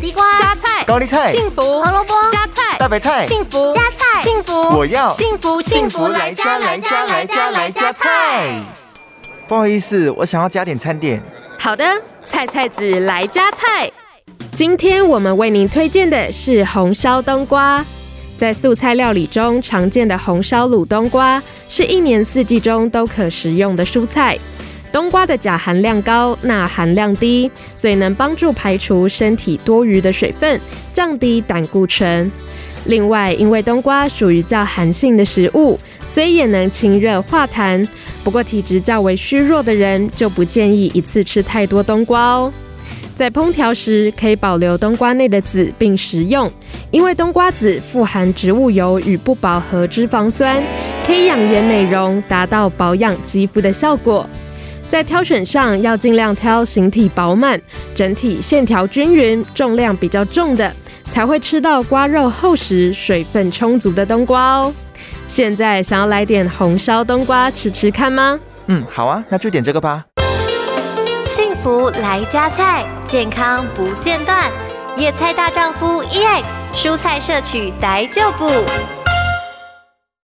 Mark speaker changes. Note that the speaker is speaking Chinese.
Speaker 1: 地瓜、
Speaker 2: 加菜、
Speaker 3: 高丽菜、
Speaker 2: 幸福、
Speaker 1: 胡萝卜、
Speaker 2: 加菜、
Speaker 3: 大白菜、
Speaker 2: 幸福、
Speaker 1: 加菜
Speaker 2: 幸福，
Speaker 3: 我要
Speaker 2: 幸福
Speaker 1: 幸福来加来加来加来加菜。
Speaker 3: 不好意思，我想要加点餐点。
Speaker 2: 好的，菜菜子来加菜。今天我们为您推荐的是红烧冬瓜，在素菜料理中常见的红烧卤冬瓜，是一年四季中都可食用的蔬菜。冬瓜的钾含量高，钠含量低，所以能帮助排除身体多余的水分，降低胆固醇。另外，因为冬瓜属于较寒性的食物，所以也能清热化痰。不过，体质较为虚弱的人就不建议一次吃太多冬瓜哦。在烹调时，可以保留冬瓜内的籽并食用，因为冬瓜籽富含植物油与不饱和脂肪酸，可以养颜美容，达到保养肌肤的效果。在挑选上要尽量挑形体饱满、整体线条均匀、重量比较重的，才会吃到瓜肉厚实、水分充足的冬瓜哦。现在想要来点红烧冬瓜吃吃看吗？
Speaker 3: 嗯，好啊，那就点这个吧。
Speaker 1: 幸福来加菜，健康 E 不间断。野菜大丈夫 EX 蔬菜摄取逮就补。